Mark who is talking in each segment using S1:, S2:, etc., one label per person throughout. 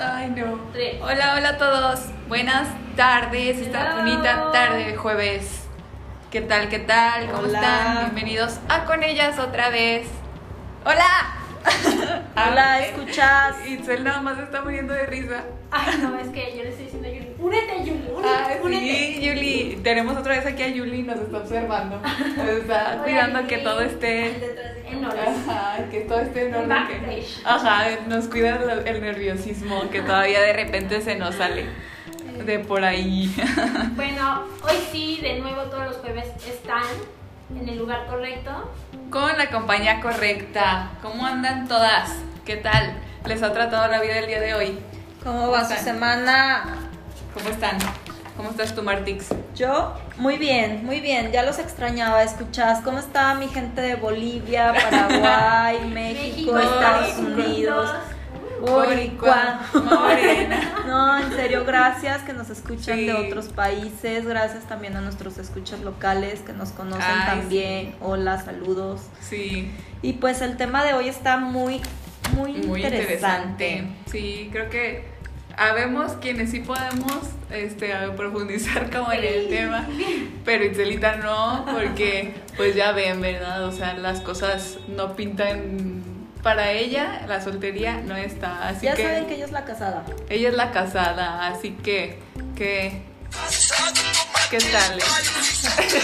S1: Ay, no.
S2: Tres.
S1: Hola, hola a todos. Buenas tardes. Esta
S2: Hello.
S1: bonita tarde de jueves. ¿Qué tal? ¿Qué tal? ¿Cómo
S3: Hola.
S1: están? Bienvenidos a Con Ellas otra vez. ¡Hola!
S3: Hola, ¿escuchas?
S1: Itzel nada más está muriendo de risa.
S2: Ay, no, es que yo le estoy diciendo a Yuli, únete, Yuli, únete,
S1: Ah,
S2: únete.
S1: sí, Yuli. Tenemos otra vez aquí a Yuli, nos está observando. Nos está
S2: Hola,
S1: cuidando
S2: Yuli.
S1: que todo esté.
S2: En horas.
S1: Ajá, que todo esté en orden. Que...
S2: Backstage.
S1: Ajá, nos cuida el- el nerviosismo que todavía de repente se nos sale de por ahí.
S2: Bueno, hoy sí, de nuevo todos los jueves están en el lugar correcto.
S1: Con la compañía correcta. ¿Cómo andan todas? ¿Qué tal? ¿Les ha tratado la vida el día de hoy?
S3: ¿Cómo va su
S1: están?
S3: semana?
S1: ¿Cómo están? ¿Cómo estás tú, Martix?
S3: Yo, muy bien, muy bien. Ya los extrañaba, ¿escuchas? ¿Cómo está mi gente de Bolivia, Paraguay, México, Estados
S1: México.
S3: Unidos?
S1: Boricua,
S3: Boricua.
S1: morena.
S3: No, en serio, gracias que nos escuchan
S1: Sí.
S3: de otros países. Gracias también a nuestros escuchas locales que nos conocen
S1: Ay,
S3: también. Hola, saludos.
S1: Sí,
S3: Y pues el tema de hoy está muy, muy,
S1: muy interesante. Sí, creo que habemos quienes sí podemos este, a profundizar como en el
S2: Sí.
S1: tema, pero Itzelita no, porque pues ya ven, ¿verdad? O sea, las cosas no pintan para ella, la soltería no está. Así
S3: ya
S1: que...
S3: saben que ella es la casada.
S1: Ella es la casada, así que, que, ¿qué tal? eh?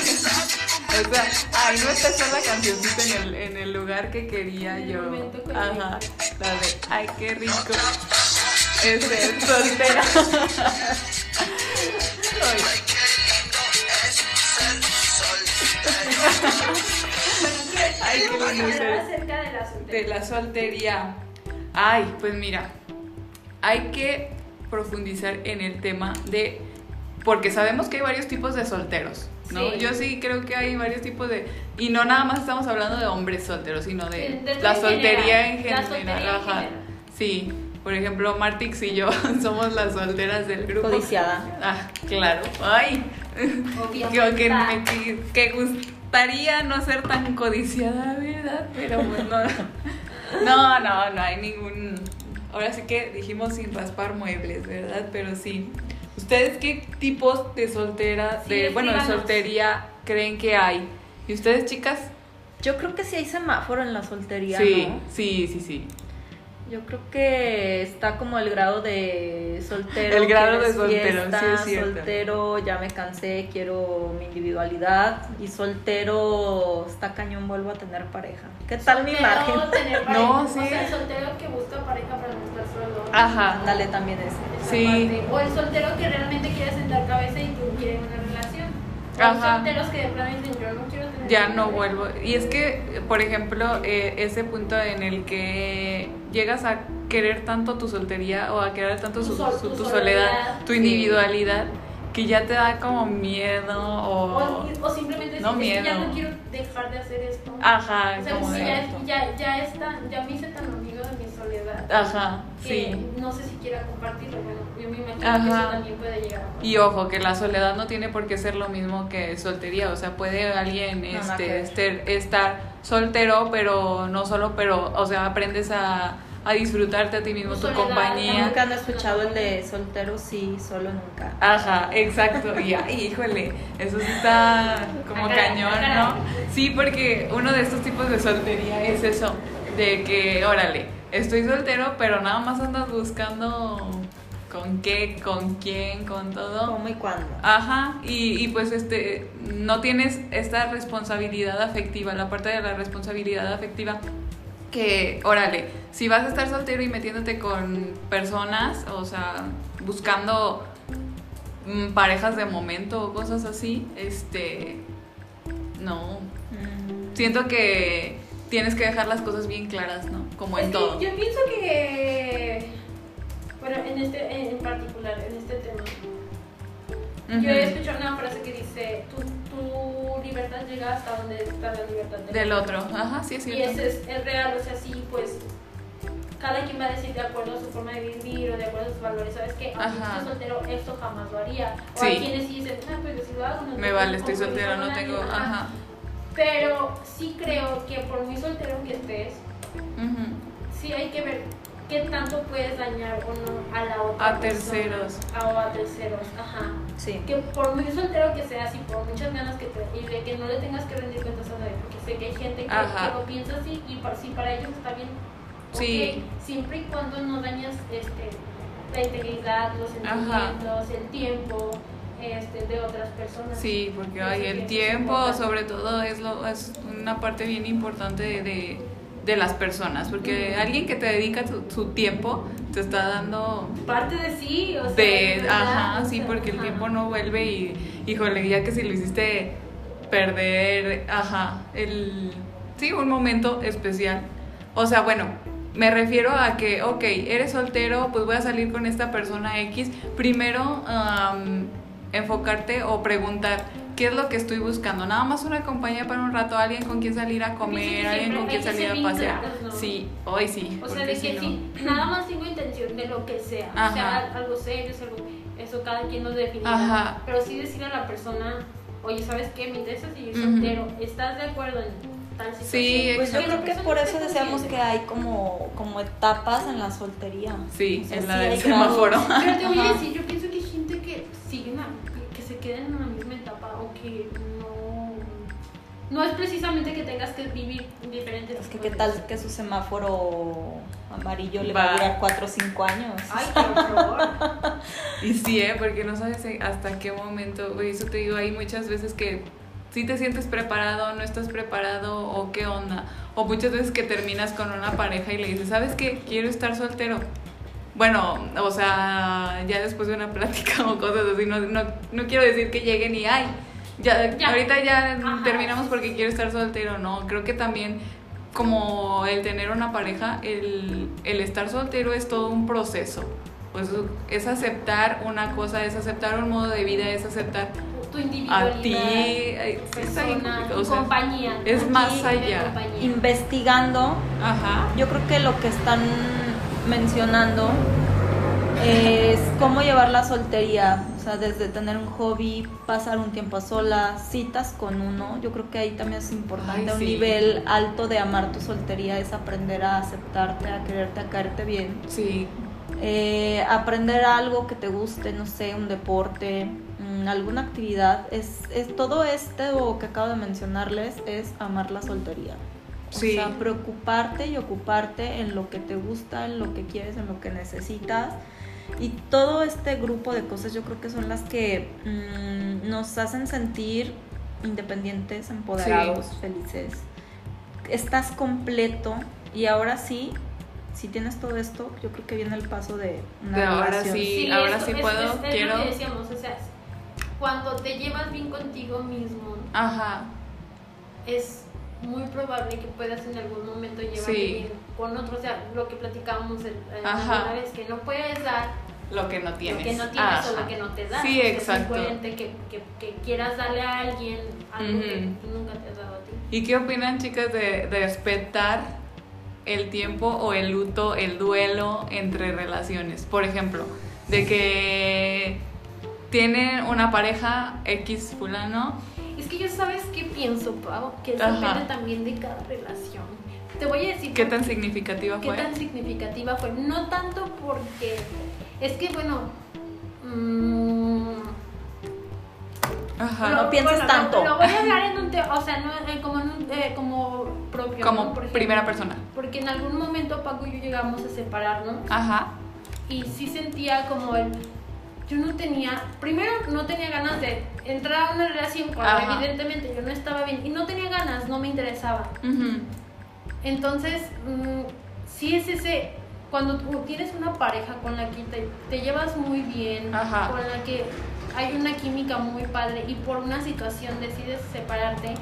S1: o sea, ahí no empezó la cancioncita en el, en el lugar que quería
S2: En el
S1: yo.
S2: momento que-
S1: Ajá, la de, ay, qué rico. Este, soltera. Ay. Ay, qué
S2: Vamos a
S1: lindo
S2: hablar
S1: ser
S2: acerca de la
S1: de
S2: soltería.
S1: la soltería. Ay, pues mira, hay que profundizar en el tema de, porque sabemos que hay varios tipos de solteros, ¿no?
S2: Sí.
S1: Yo sí creo que hay varios tipos de, y no nada más estamos hablando de hombres solteros, sino de,
S2: De- de
S1: la
S2: todo en
S1: soltería en
S2: general, la
S1: general.
S2: soltería en
S1: ajá.
S2: general.
S1: Sí, por ejemplo, Martix y yo somos las solteras del grupo.
S3: Codiciada.
S1: Ah, claro. Ay, yo
S2: Obviamente.
S1: que, me- que- que gustaría no ser tan codiciada, ¿verdad? Pero pues no. No, no, no hay ningún. Ahora sí que dijimos sin raspar muebles, ¿verdad? Pero sí. ¿Ustedes qué tipos de soltera,
S2: Sí,
S1: de, bueno, de
S2: escríbanos.
S1: soltería creen que hay? ¿Y ustedes, chicas?
S3: Yo creo que sí hay semáforo en la soltería,
S1: sí,
S3: ¿no?
S1: sí, sí, sí.
S3: Yo creo que está como el grado de soltero.
S1: El grado
S3: quieres
S1: de soltero, sí es cierto.
S3: Soltero, ya me cansé, quiero mi individualidad. Y soltero, está cañón, vuelvo a tener pareja. ¿Qué tal mi
S2: Soltero,
S3: imagen?
S2: tener pareja.
S1: No,
S2: O
S1: sí.
S2: sea, el soltero que busca pareja para buscar solo.
S1: Ajá.
S3: Ándale también ese.
S2: Esa
S1: Sí.
S2: parte. O el soltero que realmente quiere sentar cabeza y que quiere una relación. O
S1: Ajá.
S2: solteros que de plano dicen, yo no quiero tener
S1: ya
S2: una
S1: no
S2: pareja".
S1: vuelvo. Y es que, por ejemplo, eh, ese punto en el que llegas a querer tanto tu soltería o a querer tanto
S2: Tu
S1: su-
S2: sol-
S1: su-
S2: tu
S1: tu, soledad,
S2: soledad,
S1: tu
S2: sí.
S1: individualidad, que ya te da como miedo
S2: O,
S1: o...
S2: o simplemente
S1: No
S2: decir, "Es que ya
S1: miedo.
S2: no quiero dejar de hacer esto.
S1: Ajá,
S2: o sea,
S1: como
S2: sí,
S1: de...
S2: ya, ya, ya, está, ya me hice tan amigo de mi soledad.
S1: Ajá, Ah,
S2: que
S1: sí.
S2: No sé si quiera compartirlo, pero yo me imagino que
S1: Ajá.
S2: eso también puede llegar a pasar.
S1: Y ojo, que la soledad no tiene por qué ser lo mismo que soltería. O sea, puede alguien
S3: nada que
S1: este,
S3: ver.
S1: ester- estar soltero, pero no solo, pero, o sea, aprendes a, a disfrutarte a ti mismo,
S2: Tu
S1: tu
S2: soledad,
S1: compañía.
S3: Nunca han escuchado el de soltero, sí, solo nunca.
S1: Ajá, exacto. Y ay, híjole, eso sí está como
S2: Acá,
S1: cañón,
S2: acá.
S1: ¿no? Sí, porque uno de estos tipos de soltería es eso, de que, órale, estoy soltero, pero nada más andas buscando con qué, con quién, con todo.
S3: ¿Cómo y cuándo?
S1: Ajá, y, y pues este, no tienes esta responsabilidad afectiva, la parte de la responsabilidad afectiva que, órale, si vas a estar soltero y metiéndote con personas, o sea, buscando mm, parejas de momento o cosas así, este, no,
S3: Mm.
S1: siento que tienes que dejar las cosas bien claras, ¿no? Como
S2: Es
S1: en
S2: que
S1: todo.
S2: Yo pienso que. Bueno, en este en particular, en este tema. Yo he
S1: Ujú,
S2: escuchado una frase que dice, tu, tu libertad llega hasta donde está la libertad del,
S1: Del otro, ajá, sí es
S2: Y
S1: cierto.
S2: ese es, es real, o sea, sí, pues cada quien va a decir de acuerdo a su forma de vivir o de acuerdo a sus valores, ¿sabes qué? A mí
S1: Ajá.
S2: estoy soltero, esto jamás lo haría. O
S1: Sí.
S2: hay quienes sí dicen, ah, pues yo sí lo hago. No
S1: Me
S2: tengo
S1: vale, estoy
S2: compromiso
S1: soltero,
S2: con
S1: no
S2: nadie".
S1: tengo, ajá.
S2: Pero sí creo que por muy soltero que estés,
S1: ujú.
S2: sí hay que ver qué tanto puedes dañar o no a la otra
S1: A
S2: persona,
S1: terceros.
S2: a- o a terceros, ajá.
S3: Sí.
S2: Que por muy soltero que seas y por muchas ganas que te y de que no le tengas que rendir cuentas a nadie, porque sé que hay gente que,
S1: Ajá.
S2: que lo piensa así y para, si para ellos está bien,
S1: Sí.
S2: ok, siempre y cuando no dañas este, la integridad, los
S1: Ajá.
S2: sentimientos, el tiempo este, de otras personas.
S1: Sí, porque
S2: Yo
S1: hay
S2: sé que
S1: el
S2: eso es
S1: tiempo,
S2: importante.
S1: sobre todo, es, lo, es una parte bien importante de, de, de las personas, porque
S2: Ujú.
S1: alguien que te dedica su, su tiempo te está dando
S2: Parte de sí, o sea,
S1: de...
S2: ¿verdad?
S1: Ajá,
S2: O
S1: sí,
S2: sea,
S1: porque el
S2: ajá.
S1: tiempo no vuelve y, híjole, ya que si lo hiciste perder, ajá, el... Sí, un momento especial. O sea, bueno, me refiero a que, ok, eres soltero, pues voy a salir con esta persona X. Primero, am, enfocarte o preguntar qué es lo que estoy buscando. Nada más una compañía para un rato, alguien con quien salir a
S2: Dicen
S1: comer,
S2: que
S1: alguien
S2: siempre
S1: con
S2: hay
S1: quien
S2: que
S1: salir
S2: ser
S1: a
S2: bien
S1: pasear.
S2: claros, ¿no?
S1: Sí, hoy sí.
S2: O sea,
S1: porque
S2: de que
S1: si no-
S2: sí, nada más tengo intención de lo que sea. O sea,
S1: Ajá.
S2: algo serio, es algo, eso cada quien nos define.
S1: Ajá.
S2: Pero sí decir a la persona, oye, ¿sabes qué? Me interesa si yo
S1: Ujú.
S2: soltero. ¿Estás de acuerdo en tal situación?
S1: Sí,
S3: Pues yo
S1: Exacto.
S3: creo que por eso decíamos que hay como, como etapas en la soltería.
S1: Sí,
S3: O sea,
S1: en la
S3: sí
S1: del
S3: hay
S1: semáforo.
S3: grados.
S2: Pero te voy a
S3: Ajá.
S2: decir, yo pienso que hay gente que sigue en la- que se queda en la misma etapa o que no. No es precisamente que tengas que vivir diferentes.
S3: Es que
S2: tipos
S3: qué
S2: de
S3: tal
S2: cosas.
S3: que su semáforo amarillo le va a
S1: Va.
S3: durar 4 o 5 años.
S2: Ay, qué horror.
S1: Y sí, ¿eh? porque no sabes hasta qué momento, güey, eso te digo, hay muchas veces que sí te sientes preparado, no estás preparado o qué onda. O muchas veces que terminas con una pareja y le dices, ¿sabes qué? Quiero estar soltero. Bueno, o sea, ya después de una plática o cosas así, no, no, no quiero decir que lleguen y ay, ya,
S2: Ya.
S1: ahorita ya
S2: Ajá.
S1: terminamos porque quiero estar soltero, no, creo que también como el tener una pareja, el, el estar soltero es todo un proceso. Pues es aceptar una cosa, es aceptar un modo de vida, es aceptar
S2: Tu
S1: a
S2: individualidad.
S1: ti. ay,
S2: tu
S1: sí, está bien
S2: persona,
S1: complicado,
S2: tu
S1: o sea,
S2: compañía.
S1: es
S2: Aquí
S1: más
S2: tiene
S1: allá.
S2: compañía.
S3: Investigando,
S1: ajá.
S3: yo creo que lo que están mencionando es cómo llevar la soltería. O sea, desde tener un hobby, pasar un tiempo a solas, citas con uno. Yo creo que ahí también es importante.
S1: Ay,
S3: un
S1: sí.
S3: nivel alto de amar tu soltería es aprender a aceptarte, a quererte, a caerte bien.
S1: Sí,
S3: Eh, aprender algo que te guste, no sé, un deporte, mm, alguna actividad. Es, es todo esto que acabo de mencionarles es amar la soltería. O
S1: Sí.
S3: sea, preocuparte y ocuparte en lo que te gusta, en lo que quieres, en lo que necesitas. Y todo este grupo de cosas yo creo que son las que mm, nos hacen sentir independientes, empoderados, felices. Estás completo y ahora sí, si tienes todo esto, yo creo que viene el paso de una
S1: De ahora
S3: relación.
S1: sí. Y ahora sí
S2: es-
S1: puedo,
S2: es- es lo
S1: quiero.
S2: que decíamos, o sea, cuando te llevas bien contigo mismo,
S1: ajá.
S2: es muy probable que puedas en algún momento llevarte
S1: Sí.
S2: bien con otro. O sea, lo que platicábamos el- eh,
S1: Ajá.
S2: una vez, que no puedes dar
S1: Lo que no tienes.
S2: lo que no tienes
S1: Ajá.
S2: o lo que no te das.
S1: Sí,
S2: O sea,
S1: exacto.
S2: Es incoherente que, que, que quieras darle a alguien algo que
S1: Ujú.
S2: tú nunca te has dado a ti.
S1: ¿Y qué opinan, chicas, de, de respetar el tiempo o el luto, el duelo entre relaciones? Por ejemplo, de que tienen una pareja X fulano.
S2: Es que yo sabes qué pienso, Pau, que eso
S1: Ajá.
S2: depende también de cada relación. Te voy a decir
S1: ¿Qué
S2: por
S1: tan significativa
S2: ¿Qué
S1: fue?
S2: tan significativa fue? No tanto porque. Es que, bueno. mm,
S1: Ajá.
S3: No pienses
S2: lo-
S3: tanto.
S2: Lo, voy a hablar en un. te- o sea, no, eh, como, en un, eh, como propio. ¿no?
S1: Como
S2: Por ejemplo,
S1: primera persona.
S2: Porque en algún momento Paco y yo llegamos a separarnos
S1: Ajá.
S2: y sí sentía como el. Yo no tenía. Primero, no tenía ganas de entrar a una relación cuando
S1: Ajá.
S2: evidentemente yo no estaba bien. Y no tenía ganas, no me interesaba.
S1: Ujú.
S2: Entonces, si sí es ese, cuando tú tienes una pareja con la que te, te llevas muy bien,
S1: Ajá.
S2: con la que hay una química muy padre y por una situación decides separarte,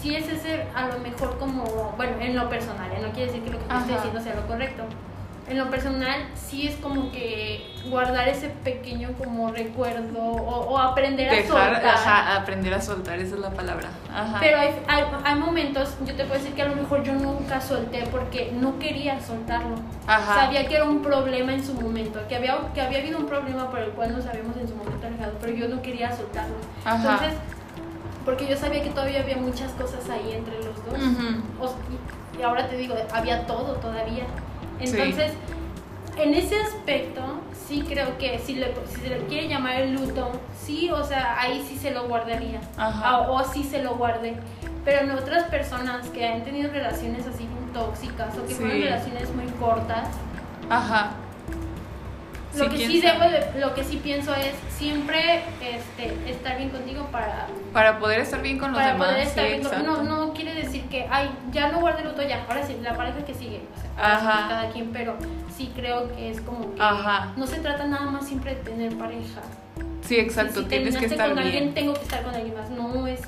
S2: si es ese a lo mejor como, bueno, en lo personal, ¿eh? no quiere decir que lo que te estoy
S1: Ajá.
S2: diciendo sea lo correcto. En lo personal, sí es como que guardar ese pequeño como recuerdo o, o aprender a
S1: Dejar,
S2: soltar.
S1: ajá, aprender a soltar, esa es la palabra. Ajá.
S2: Pero hay, hay, hay momentos, yo te puedo decir que a lo mejor yo nunca solté porque no quería soltarlo.
S1: Ajá.
S2: Sabía que era un problema en su momento, que había, que había habido un problema por el cual nos habíamos en su momento alejado, pero yo no quería soltarlo.
S1: Ajá.
S2: Entonces, porque yo sabía que todavía había muchas cosas ahí entre
S1: Mm.
S2: los dos.
S1: Ujú.
S2: O- y- y ahora te digo, había todo todavía. Entonces, en ese aspecto, sí creo que si, le- si se le quiere llamar el luto, sí, o sea, ahí sí se lo guardaría.
S1: Ajá.
S2: Ah, O, o sí se lo guardé. Pero en otras personas que han tenido relaciones así muy tóxicas o que
S1: Sí.
S2: fueron relaciones muy cortas,
S1: Ajá.
S2: lo que
S1: quién
S2: sí
S1: sabe.
S2: debo de- lo que sí pienso es siempre este, estar bien contigo para,
S1: Para poder estar bien con los
S2: para
S1: demás.
S2: poder estar
S1: sí,
S2: bien contigo.
S1: exacto.
S2: No, no quiere decir que ay, ya no guardé luto ya, ahora sí, la pareja que sigue, o sea,
S1: Ah.
S2: ahora sí,
S1: Ajá.
S2: cada quien, pero sí creo que es como que
S1: Ajá.
S2: no se trata nada más siempre de tener pareja.
S1: Sí, exacto.
S2: Y si
S1: Tienes que
S2: terminaste
S1: estar
S2: con
S1: bien.
S2: alguien, tengo que estar con alguien más, no es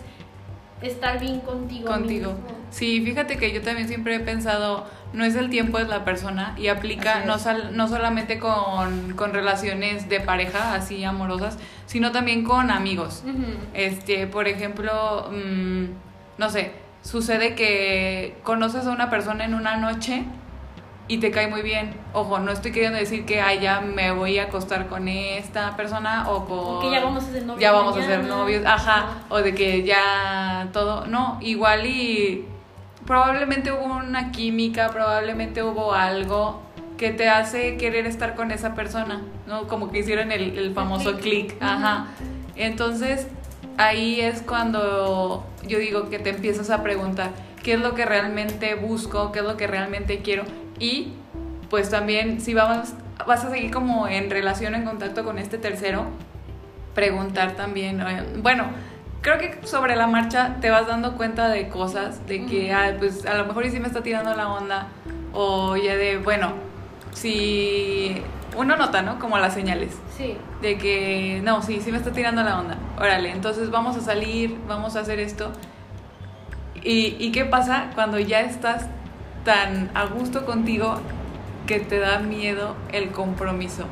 S2: estar bien contigo.
S1: contigo.
S2: mismo.
S1: Sí, fíjate que yo también siempre he pensado, no es el tiempo, es la persona y
S3: Así
S1: aplica
S3: es.
S1: no, sal- no solamente con, con relaciones de pareja, así amorosas, sino también con amigos.
S2: Ujú.
S1: Este, por ejemplo, mm, no sé, sucede que conoces a una persona en una noche y te cae muy bien. Ojo, no estoy queriendo decir que ay, ya me voy a acostar con esta persona o con
S2: Que ya vamos a ser novios.
S1: ya vamos a
S2: mañana.
S1: ser novios, ajá, o de que ya todo, no, igual y probablemente hubo una química, probablemente hubo algo que te hace querer estar con esa persona, ¿no? Como que hicieron el, el famoso
S2: clic.
S1: clic, ajá. Entonces, ahí es cuando yo digo que te empiezas a preguntar, ¿qué es lo que realmente busco? ¿Qué es lo que realmente quiero? Y pues también si vas, vas a seguir como en relación, en contacto con este tercero, preguntar también, eh, bueno, creo que sobre la marcha te vas dando cuenta de cosas, de que
S2: Ujú.
S1: ah, pues a lo mejor y sí me está tirando la onda, o ya de, bueno, si uno nota, ¿no? Como las señales.
S2: Sí.
S1: De que, no, sí, sí me está tirando la onda. Órale, entonces vamos a salir, vamos a hacer esto. ¿Y, y qué pasa cuando ya estás tan a gusto contigo que te da miedo el compromiso?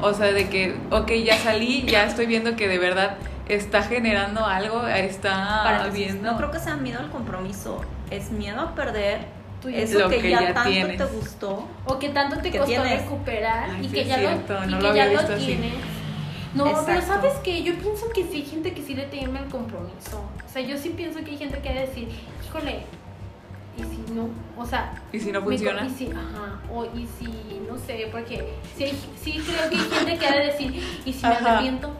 S1: O sea, de que, ok, ya salí, ya estoy viendo que de verdad está generando algo, está
S3: Para mí,
S1: viendo.
S3: No creo que sea miedo al compromiso, es miedo a perder
S2: Tú y
S3: eso
S1: Lo
S3: que,
S1: que
S3: ya,
S1: ya
S3: tanto
S1: tienes.
S3: te gustó.
S2: O que tanto te
S3: que
S2: costó
S3: tienes.
S2: recuperar
S1: Ay,
S2: y
S1: sí
S2: que
S1: es
S2: ya
S1: cierto,
S2: lo, y
S1: no
S2: que
S1: lo
S2: ya
S1: había
S2: lo
S1: visto así.
S2: tienes. No, pero
S3: Exacto.
S2: sabes que yo pienso que sí hay gente que sí le teme el compromiso. O sea, yo sí pienso que hay gente que va a decir, híjole, y si no, o sea,
S1: Y si no
S2: me
S1: funciona.
S2: co- y si, ajá, o y si, no sé, porque sí, hay- sí creo que hay gente que ha de decir, y si me
S1: Ajá.
S2: arrepiento,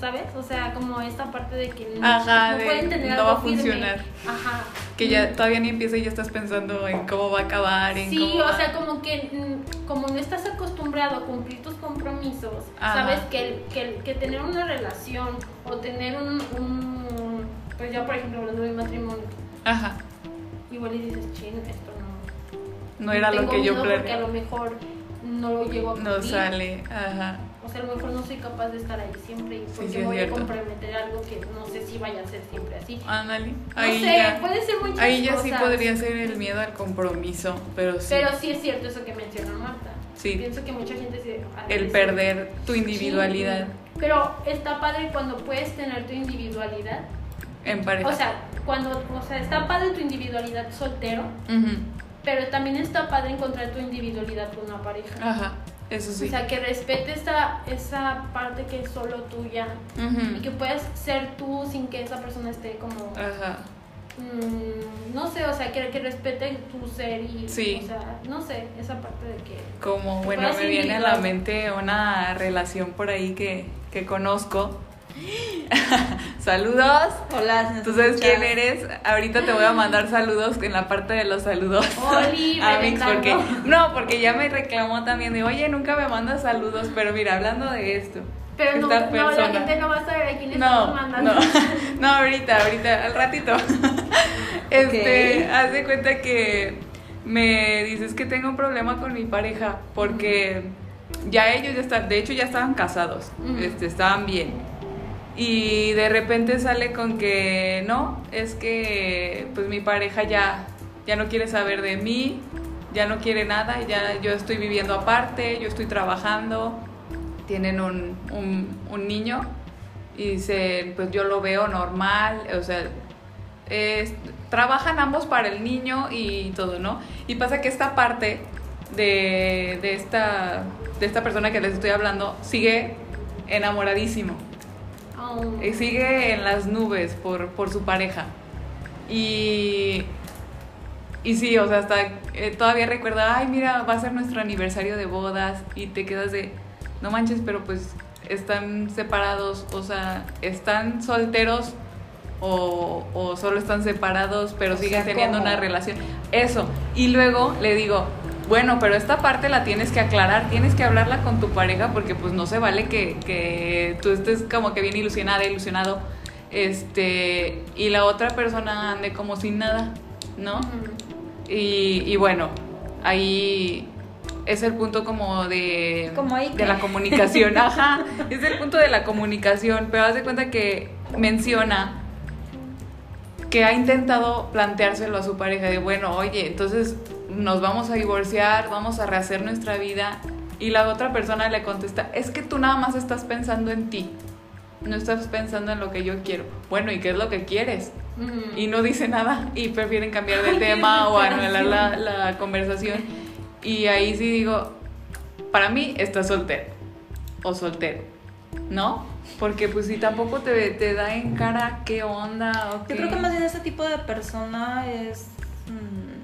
S2: ¿sabes? O sea, como esta parte de que no,
S1: Ajá,
S2: no
S1: de
S2: pueden tener
S1: no va
S2: algo
S1: a
S2: firme.
S1: funcionar.
S2: Ajá.
S1: Que ya todavía ni empieza y ya estás pensando en cómo va a acabar, en
S2: Sí,
S1: cómo
S2: o
S1: va-
S2: sea, como que mm, como no estás acostumbrado a cumplir tus compromisos,
S1: Ajá.
S2: sabes que, el- que, el- que tener una relación o tener un, un- pues ya por ejemplo hablando de mi matrimonio,
S1: Ajá,
S2: igual y dices, chin, esto no.
S1: no era lo
S2: tengo
S1: que yo
S2: miedo Porque a
S1: planeé.
S2: lo mejor no lo llego a cumplir.
S1: No sale, ajá.
S2: O sea, a lo mejor no soy capaz de estar ahí siempre y porque
S1: sí, es
S2: voy
S1: cierto.
S2: a comprometer algo que no sé si vaya a ser siempre así.
S1: Ándale.
S2: No
S1: Ahí
S2: sé,
S1: ya,
S2: puede ser muchas
S1: ahí ya
S2: cosas.
S1: sí podría ser el miedo al compromiso, pero sí.
S2: Pero sí es cierto eso que mencionó Marta.
S1: Sí.
S2: Pienso que mucha gente se ha de
S1: el
S2: decir,
S1: perder tu individualidad
S2: Sí, pero está padre cuando puedes tener tu individualidad.
S1: en pareja.
S2: O sea, cuando, o sea, está padre tu individualidad soltero,
S1: Ujú,
S2: pero también está padre encontrar tu individualidad con una pareja.
S1: Ajá, eso Ah, sí.
S2: O sea, que respete esa, esa parte que es solo tuya
S1: Ujú,
S2: y que puedas ser tú sin que esa persona esté como,
S1: Ajá.
S2: mm, no sé, o sea, que, que respete tu ser y,
S1: Sí.
S2: o sea, no sé, esa parte de que
S1: Como, bueno,
S2: Puedes
S1: me viene a la
S2: individual.
S1: mente una relación por ahí que, que conozco. Saludos.
S3: Hola, si nos
S1: ¿Tú sabes
S3: escuchas.
S1: quién eres? Ahorita te voy a mandar saludos en la parte de los saludos.
S2: Oli,
S1: a Mix
S2: merendando.
S1: Ah, porque no porque ya me reclamó también de oye nunca me mandas saludos pero mira hablando de esto
S2: Pero no,
S1: esta
S2: no, la
S1: persona-
S2: gente no va a saber a quién estamos
S1: no
S2: mandando.
S1: no no ahorita ahorita al ratito este
S3: Ok.
S1: haz de cuenta que me dices que tengo un problema con mi pareja porque ya ellos ya están de hecho ya estaban casados
S2: Ujú.
S1: este estaban bien y de repente sale con que no, es que pues mi pareja ya, ya no quiere saber de mí, ya no quiere nada, ya yo estoy viviendo aparte, yo estoy trabajando, tienen un, un- un niño y dicen pues yo lo veo normal, o sea, es- trabajan ambos para el niño y todo, ¿no? Y pasa que esta parte de, de esta, de esta persona que les estoy hablando sigue enamoradísimo.
S2: Oh.
S1: Eh, sigue en las nubes por, por su pareja. Y, y Y sí, o sea, hasta eh, todavía recuerda, ay, mira, va a ser nuestro aniversario de bodas y te quedas de, no manches, pero pues están separados, o sea, están solteros o, o solo están separados, pero
S3: O
S1: siguen
S3: sea,
S1: teniendo
S3: ¿cómo?
S1: una relación. Eso. Y luego le digo, bueno, pero esta parte la tienes que aclarar, tienes que hablarla con tu pareja porque pues no se vale que, que tú estés como que bien ilusionada, ilusionado, este, y la otra persona ande como sin nada, ¿no? Y, y bueno, ahí es el punto como de,
S3: Como ahí
S1: de
S3: que-
S1: la comunicación. Ajá, es el punto de la comunicación, pero haz de cuenta que menciona que ha intentado planteárselo a su pareja de, bueno, oye, entonces nos vamos a divorciar, vamos a rehacer nuestra vida. Y la otra persona le contesta, es que tú nada más estás pensando en ti, no estás pensando en lo que yo quiero. Bueno, ¿y qué es lo que quieres? y no dice nada y prefieren cambiar de
S2: Ay, qué
S1: tema o
S2: desesperación.
S1: anular la, la conversación. Y ahí sí digo, para mí estás soltero o soltero, ¿no? Porque pues si tampoco te, te da en cara qué onda o qué
S3: Yo creo que más bien ese tipo de persona es...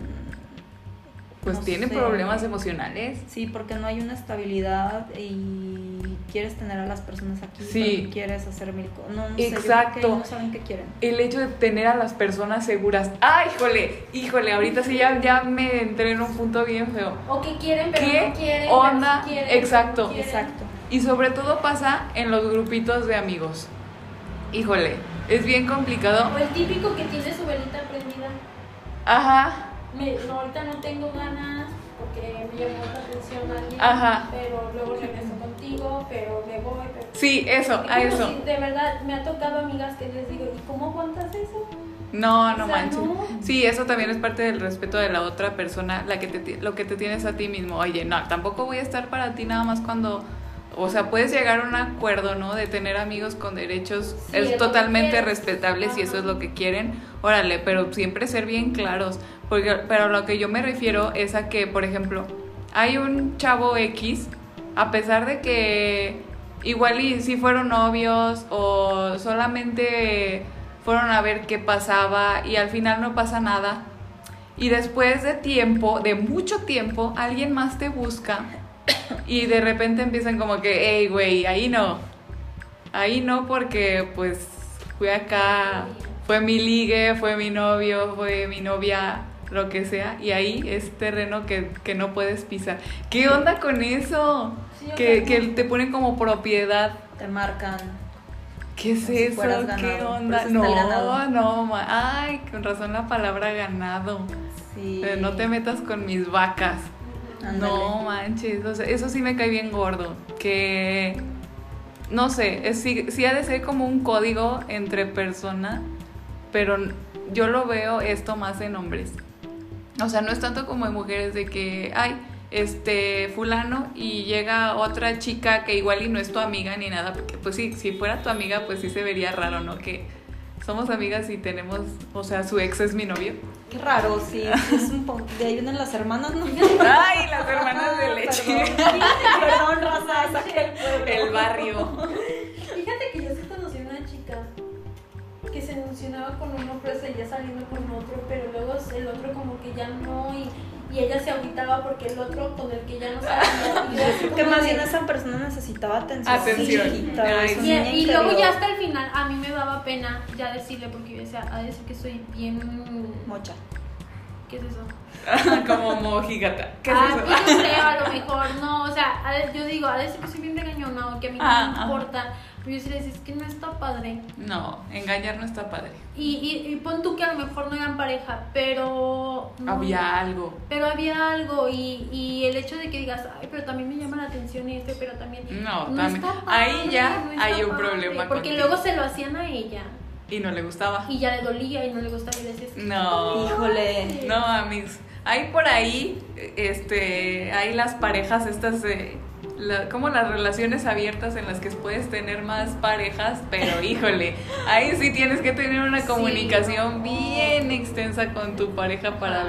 S3: mm,
S1: pues
S3: no
S1: tiene
S3: sé.
S1: problemas emocionales.
S3: Sí, porque no hay una estabilidad y quieres tener a las personas aquí,
S1: Sí.
S3: pero quieres hacer mil cosas. No, no sé, yo creo que
S1: Exacto.
S3: ellos no saben qué quieren.
S1: El hecho de tener a las personas seguras. ¡Ah, híjole! ¡Híjole! Ahorita sí ya, ya me entré en un punto bien feo.
S2: O que quieren, pero
S1: ¿Qué
S2: no quieren.
S1: onda?
S2: pero sí quieren,
S1: Exacto.
S2: no quieren.
S3: Exacto.
S1: Y sobre todo pasa en los grupitos de amigos. Híjole, es bien complicado.
S2: O el típico que tiene su velita prendida.
S1: Ajá,
S2: Me- no, ahorita no tengo ganas porque me llamó la atención alguien.
S1: Ajá.
S2: Pero luego regreso contigo, pero me voy. Pero...
S1: sí, eso, a
S2: Pero
S1: eso.
S2: sí, de verdad, me ha tocado amigas que les digo, ¿y cómo aguantas eso?
S1: No,
S2: O
S1: no
S2: sea,
S1: manches.
S2: no.
S1: Sí, eso también es parte del respeto de la otra persona, la que te, ti- lo que te tienes a ti mismo. Oye, no, tampoco voy a estar para ti nada más cuando... O sea, puedes llegar a un acuerdo, ¿no? De tener amigos con derechos
S2: Sí, es lo
S1: es
S2: que
S1: totalmente
S2: quieres.
S1: respetable si eso es
S2: Ajá.
S1: lo que quieren. Órale, pero siempre ser bien claros. Porque, pero lo que yo me refiero es a que, por ejemplo, hay un chavo X, a pesar de que igual y si fueron novios o solamente fueron a ver qué pasaba y al final no pasa nada. Y después de tiempo, de mucho tiempo, alguien más te busca y de repente empiezan como que, hey, güey, ahí no. Ahí no porque pues fui acá, fue mi ligue, fue mi novio, fue mi novia, lo que sea. Y ahí es terreno que, que no puedes pisar. ¿Qué onda con eso?
S2: Sí, o
S1: Que,
S2: sea,
S1: que te ponen como propiedad.
S3: Te marcan.
S1: ¿Qué es
S3: Como si
S1: eso?
S3: fueras
S1: ¿Qué
S3: ganado.
S1: onda?
S3: Por eso
S1: No,
S3: está el ganado.
S1: no, ma- ay, con razón la palabra ganado.
S3: Sí.
S1: Eh, No te metas con mis vacas.
S3: Ándale.
S1: No manches, o sea, eso sí me cae bien gordo. Que no sé, es, sí, sí ha de ser como un código entre persona, pero n- yo lo veo esto más en hombres. O sea, no es tanto como en mujeres de que, ay, este, fulano y llega otra chica que igual y no es tu amiga ni nada, porque pues sí, si fuera tu amiga, pues sí se vería raro, ¿no? Que somos amigas y tenemos, o sea, su ex es mi novio.
S3: Qué raro, sí. sí es un po- De ahí vienen las hermanas, ¿no?
S1: Ay, las hermanas de leche.
S3: Perdón, Perdón, raza, saqué el pueblo.
S1: El barrio.
S2: Fíjate que yo sí conocí una chica que se emocionaba con uno, pero seguía saliendo con otro, pero luego el otro como que ya no, y, y ella se agüitaba porque el otro con el que ya no salía. y yo así
S3: Que
S2: como
S3: más
S2: de-
S3: bien esa persona necesitaba atención.
S1: Atención.
S3: Chiquita,
S1: Ay,
S3: es un
S2: Y,
S3: niño
S2: y luego
S3: interior.
S2: ya hasta el final a mí me daba pena ya decirle porque yo decía, a decir que soy bien...
S3: Mocha.
S2: ¿Qué es eso?
S1: Ah, Como mojigata. ¿Qué es
S2: ah,
S1: eso?
S2: pues, yo creo, a lo mejor, no, o sea, a ver, yo digo, a veces que soy bien regañona o que a mí no
S1: Ah,
S2: me
S1: ajá.
S2: importa, pero yo sí le decía, es que no está padre.
S1: No, engañar no está padre.
S2: Y, y, y pon tú que a lo mejor no eran pareja, pero...
S1: Mm.
S2: no,
S1: Había algo.
S2: Pero había algo y, y el hecho de que digas, ay, pero también me llama la atención este, pero también...
S1: No,
S2: no
S1: también.
S2: está padre,
S1: Ahí ya
S2: no está
S1: hay un
S2: padre",
S1: problema
S2: Porque
S1: contigo.
S2: luego se lo hacían a ella
S1: Y no le gustaba.
S2: y ya le dolía y no le gustaba y le decías...
S1: No.
S3: Híjole.
S1: No, amigos. Hay por ahí, este, hay las parejas estas, eh, la- como las relaciones abiertas en las que puedes tener más parejas, pero híjole, ahí sí tienes que tener una
S2: Sí,
S1: comunicación
S2: no.
S1: bien extensa con tu pareja
S2: Ah,
S1: para,
S2: sí.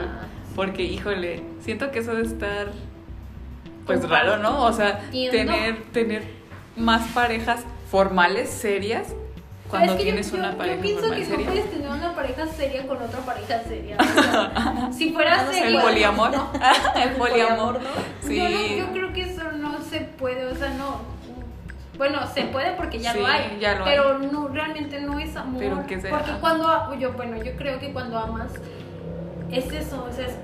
S1: porque híjole, siento que eso de estar, pues
S2: Comparto.
S1: raro, ¿no? O sea,
S2: Entiendo.
S1: tener, tener más parejas formales, serias,
S2: Pero
S1: cuando
S2: es que yo-
S1: tienes
S2: yo,
S1: una
S2: yo
S1: pareja
S2: pienso
S1: formal
S2: que
S1: seria.
S2: no puedes tener una pareja seria con otra pareja seria. o sea, si fuera
S3: Ah, no sé,
S2: seria,
S1: el poliamor. el poliamor.
S3: ¿no?
S1: Sí.
S2: Yo, no- yo creo que eso no se puede, o sea, no. Bueno, se puede porque ya
S1: Sí,
S2: lo hay,
S1: ya lo
S2: pero no realmente no es amor.
S1: Pero ¿qué será?
S2: Porque cuando yo bueno, yo creo que cuando amas es eso, o sea, es,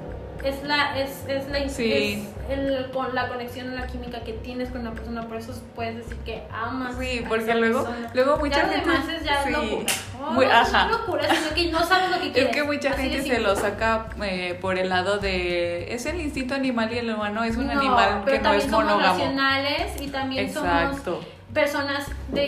S2: es la es, es la
S1: Sí.
S2: es el- con la conexión, la química que tienes con una persona, por eso puedes decir que amas.
S1: Sí,
S2: a
S1: porque
S2: esa
S1: luego,
S2: persona.
S1: luego mucha
S2: ya lo
S1: gente.
S2: demás es ya
S1: sí.
S2: locura. No,
S1: Muy-
S2: no,
S1: ajá.
S2: No locura, sino que no sabes lo que
S1: Es
S2: quieres.
S1: que mucha
S2: así de
S1: gente se
S2: simple.
S1: lo saca eh, por el lado de. Es el instinto animal y el humano es un
S2: No,
S1: animal que
S2: pero
S1: no
S2: también
S1: es
S2: somos
S1: monógamo.
S2: racionales y también somos
S1: Exacto.
S2: personas de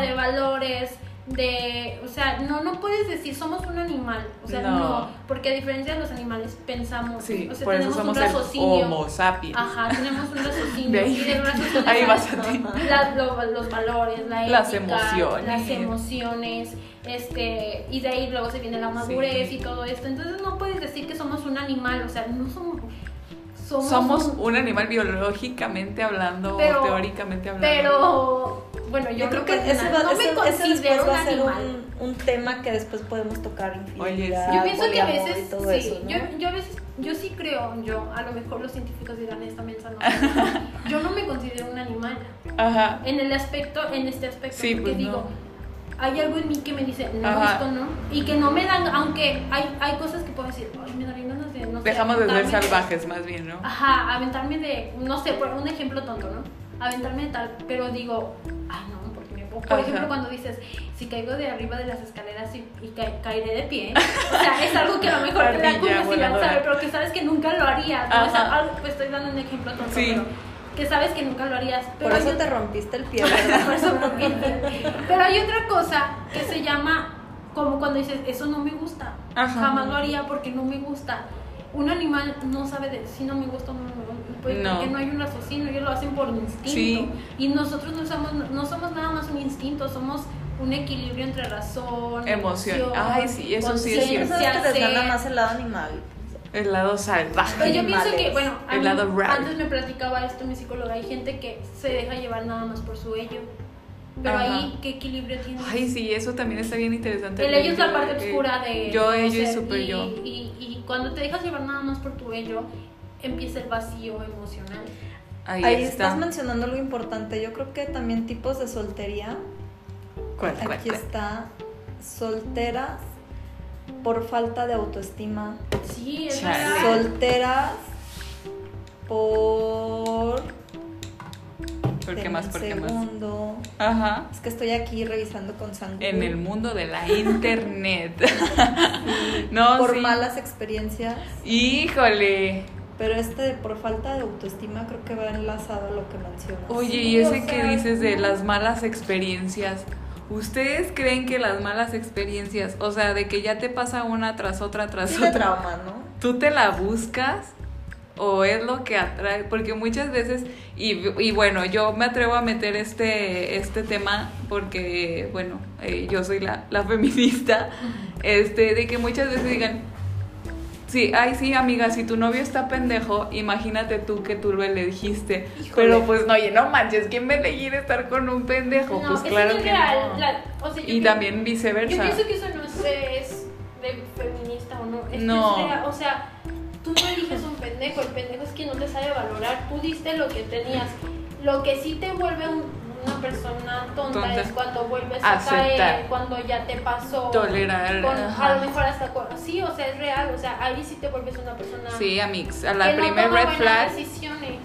S1: Tenía-
S2: de valores, de, o sea, no no puedes decir somos un animal, o sea,
S1: No.
S2: no, porque a diferencia de los animales pensamos,
S1: Sí,
S2: o sea,
S1: por eso
S2: tenemos
S1: somos
S2: un
S1: el
S2: raciocinio.
S1: Homo sapiens.
S2: Ajá, tenemos un
S1: De
S2: raciocinio
S1: ahí-
S2: y del raciocinio
S1: Ahí vas
S2: salen
S1: a ti.
S2: las- lo- los valores, la
S1: Las
S2: ética,
S1: emociones.
S2: las emociones, este, y de ahí luego se viene la madurez
S1: Sí.
S2: y todo esto. Entonces no puedes decir que somos un animal, o sea, no somos somos,
S1: Somos
S2: un-
S1: un animal biológicamente hablando,
S2: Pero-
S1: teóricamente hablando.
S2: pero bueno, yo,
S3: Yo creo que
S2: personal
S3: ese, va,
S2: no me
S3: ese- ese
S2: considero
S3: después
S2: un
S3: va a ser
S2: animal.
S3: un, un tema que después podemos tocar infinidad,
S1: sí.
S2: Yo pienso que a
S3: poliamor y
S2: veces,
S3: todo
S2: sí,
S3: eso, ¿no?
S2: yo, yo a veces, yo sí creo, yo, a lo mejor los científicos dirán esta mensa no. yo no me considero un animal.
S1: Ajá.
S2: En el aspecto, en este aspecto,
S1: Sí,
S2: porque
S1: pues
S2: digo,
S1: no.
S2: hay algo en mí que me dice, no,
S1: Ajá.
S2: esto no. Y que no me dan, aunque hay, hay cosas que puedo decir, ay, me darían ganas de, no sé,
S1: Dejamos de ser
S2: aventarme".
S1: salvajes, más bien, ¿no?
S2: Ajá, aventarme de, no sé, por un ejemplo tonto, ¿no? Aventarme de tal, pero digo, ay no, porque me... o Por
S1: Ajá.
S2: ejemplo, cuando dices, si caigo de arriba de las escaleras y, y ca- caeré de pie, o sea, es algo que a lo mejor te da
S1: Ardilla
S2: curiosidad,
S1: voladora.
S2: ¿sabes? Pero que sabes que nunca lo harías, ¿no? O sea,
S1: Ajá.
S2: algo- pues estoy dando un ejemplo tonto,
S1: Sí.
S2: pero que sabes que nunca lo harías. Pero
S3: Por eso
S2: yo-
S3: te rompiste el pie, ¿verdad?
S2: por eso me ofende. Pero hay otra cosa que se llama, como cuando dices, eso no me gusta,
S1: Ajá.
S2: jamás lo haría porque no me gusta. Un animal no sabe de si no me gusta o no me gusta, pues,
S1: No.
S2: porque no hay un raciocinio, ellos lo hacen por instinto.
S1: Sí.
S2: Y nosotros no somos, no somos nada más un instinto, somos un equilibrio entre razón,
S1: Emoción. Ay, sí, eso sí
S3: Sí,
S1: es
S2: conciencia,
S1: cierto.
S3: eso es que te
S2: ser.
S3: gana más el lado animal.
S1: El lado salvaje.
S2: Pero yo pienso
S3: Animales.
S2: que, bueno, a
S1: El
S2: mí-
S1: lado raro.
S2: antes me platicaba esto mi psicóloga, hay gente que se deja llevar nada más por su ello. Pero
S1: Ajá.
S2: ahí, ¿qué equilibrio tienes?
S1: Ay, sí, eso también está bien interesante.
S2: El ello es la
S1: Yo-
S2: parte
S1: eh,
S2: oscura de.
S1: Yo,
S2: o
S1: ello y
S2: sea,
S1: super
S2: y-
S1: yo.
S2: Y, y cuando te dejas llevar nada más por tu ello, empieza el vacío emocional.
S1: Ahí,
S3: Ahí,
S1: está.
S3: estás mencionando lo importante. Yo creo que también tipos de soltería.
S1: ¿Cuál, cuál,
S3: Aquí
S1: cuál?
S3: está solteras por falta de autoestima,
S2: Sí, es
S1: Chale.
S2: verdad.
S3: solteras por
S1: ¿Por qué
S3: Deme
S1: más?
S3: un
S1: ¿Por qué más?
S3: segundo.
S1: Ajá.
S3: Es que estoy aquí revisando con San
S1: En el mundo de la internet. no,
S3: por
S1: sí.
S3: malas experiencias,
S1: Híjole.
S3: pero este de por falta de autoestima creo que va enlazado a lo que mencionas.
S1: Oye,
S2: Sí,
S1: y
S2: o
S1: ese que
S2: sea,
S1: dices de
S2: no.
S1: las malas experiencias, ¿ustedes creen que las malas experiencias, o sea, de que ya te pasa una tras otra tras
S3: Sí te
S1: otra,
S3: trauma, ¿no?
S1: tú te la buscas o es lo que atrae? Porque muchas veces, y, y bueno, yo me atrevo a meter este, este tema porque, bueno, eh, yo soy la, la feminista, este, de que muchas veces digan, Sí, ay sí, amiga, si tu novio está pendejo, imagínate tú que tú lo elegiste.
S3: Híjole.
S1: Pero pues no, oye, no manches, ¿quién va a elegir estar con un pendejo?
S2: No,
S1: pues
S2: eso
S1: claro
S2: no es
S1: que
S2: real.
S1: no.
S2: La- o sea, yo
S1: y
S2: pienso-
S1: también
S2: Yo
S1: viceversa.
S2: pienso que eso no sé, es de feminista o no. Es que
S1: No.
S2: es real, o sea, tú no eliges un pendejo, el pendejo es quien no te sabe valorar. Tú diste lo que tenías. Lo que sí te vuelve un- una persona tonta,
S1: Tonta.
S2: es cuando vuelves a
S1: Aceptar.
S2: caer, cuando ya te pasó.
S1: Tolerar.
S2: con-
S1: ajá.
S2: a lo mejor hasta con- sí o sea es real o sea ahí sí te vuelves una persona
S1: Sí, amix, a
S2: que
S1: la
S2: no
S1: primer
S2: toma
S1: red
S2: buenas
S1: flag,
S2: decisiones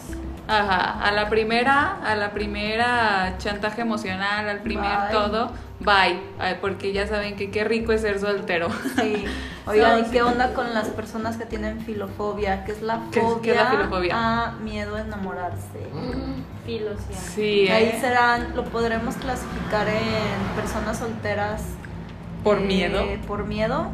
S1: ajá, a la primera, a la primera chantaje emocional, al primer
S3: Bye.
S1: todo, bye, Ay, porque ya saben que qué rico es ser soltero.
S3: Sí. Oigan,
S1: Sí.
S3: ¿y qué onda con las personas que tienen filofobia? ¿Qué es la
S1: ¿Qué es-
S3: fobia,
S1: qué es la filofobia?
S3: a miedo a enamorarse?
S2: filosofía
S1: Sí,
S3: Ahí
S1: ¿eh?
S3: serán, lo podremos clasificar en personas solteras
S1: por
S3: eh,
S1: miedo.
S3: por miedo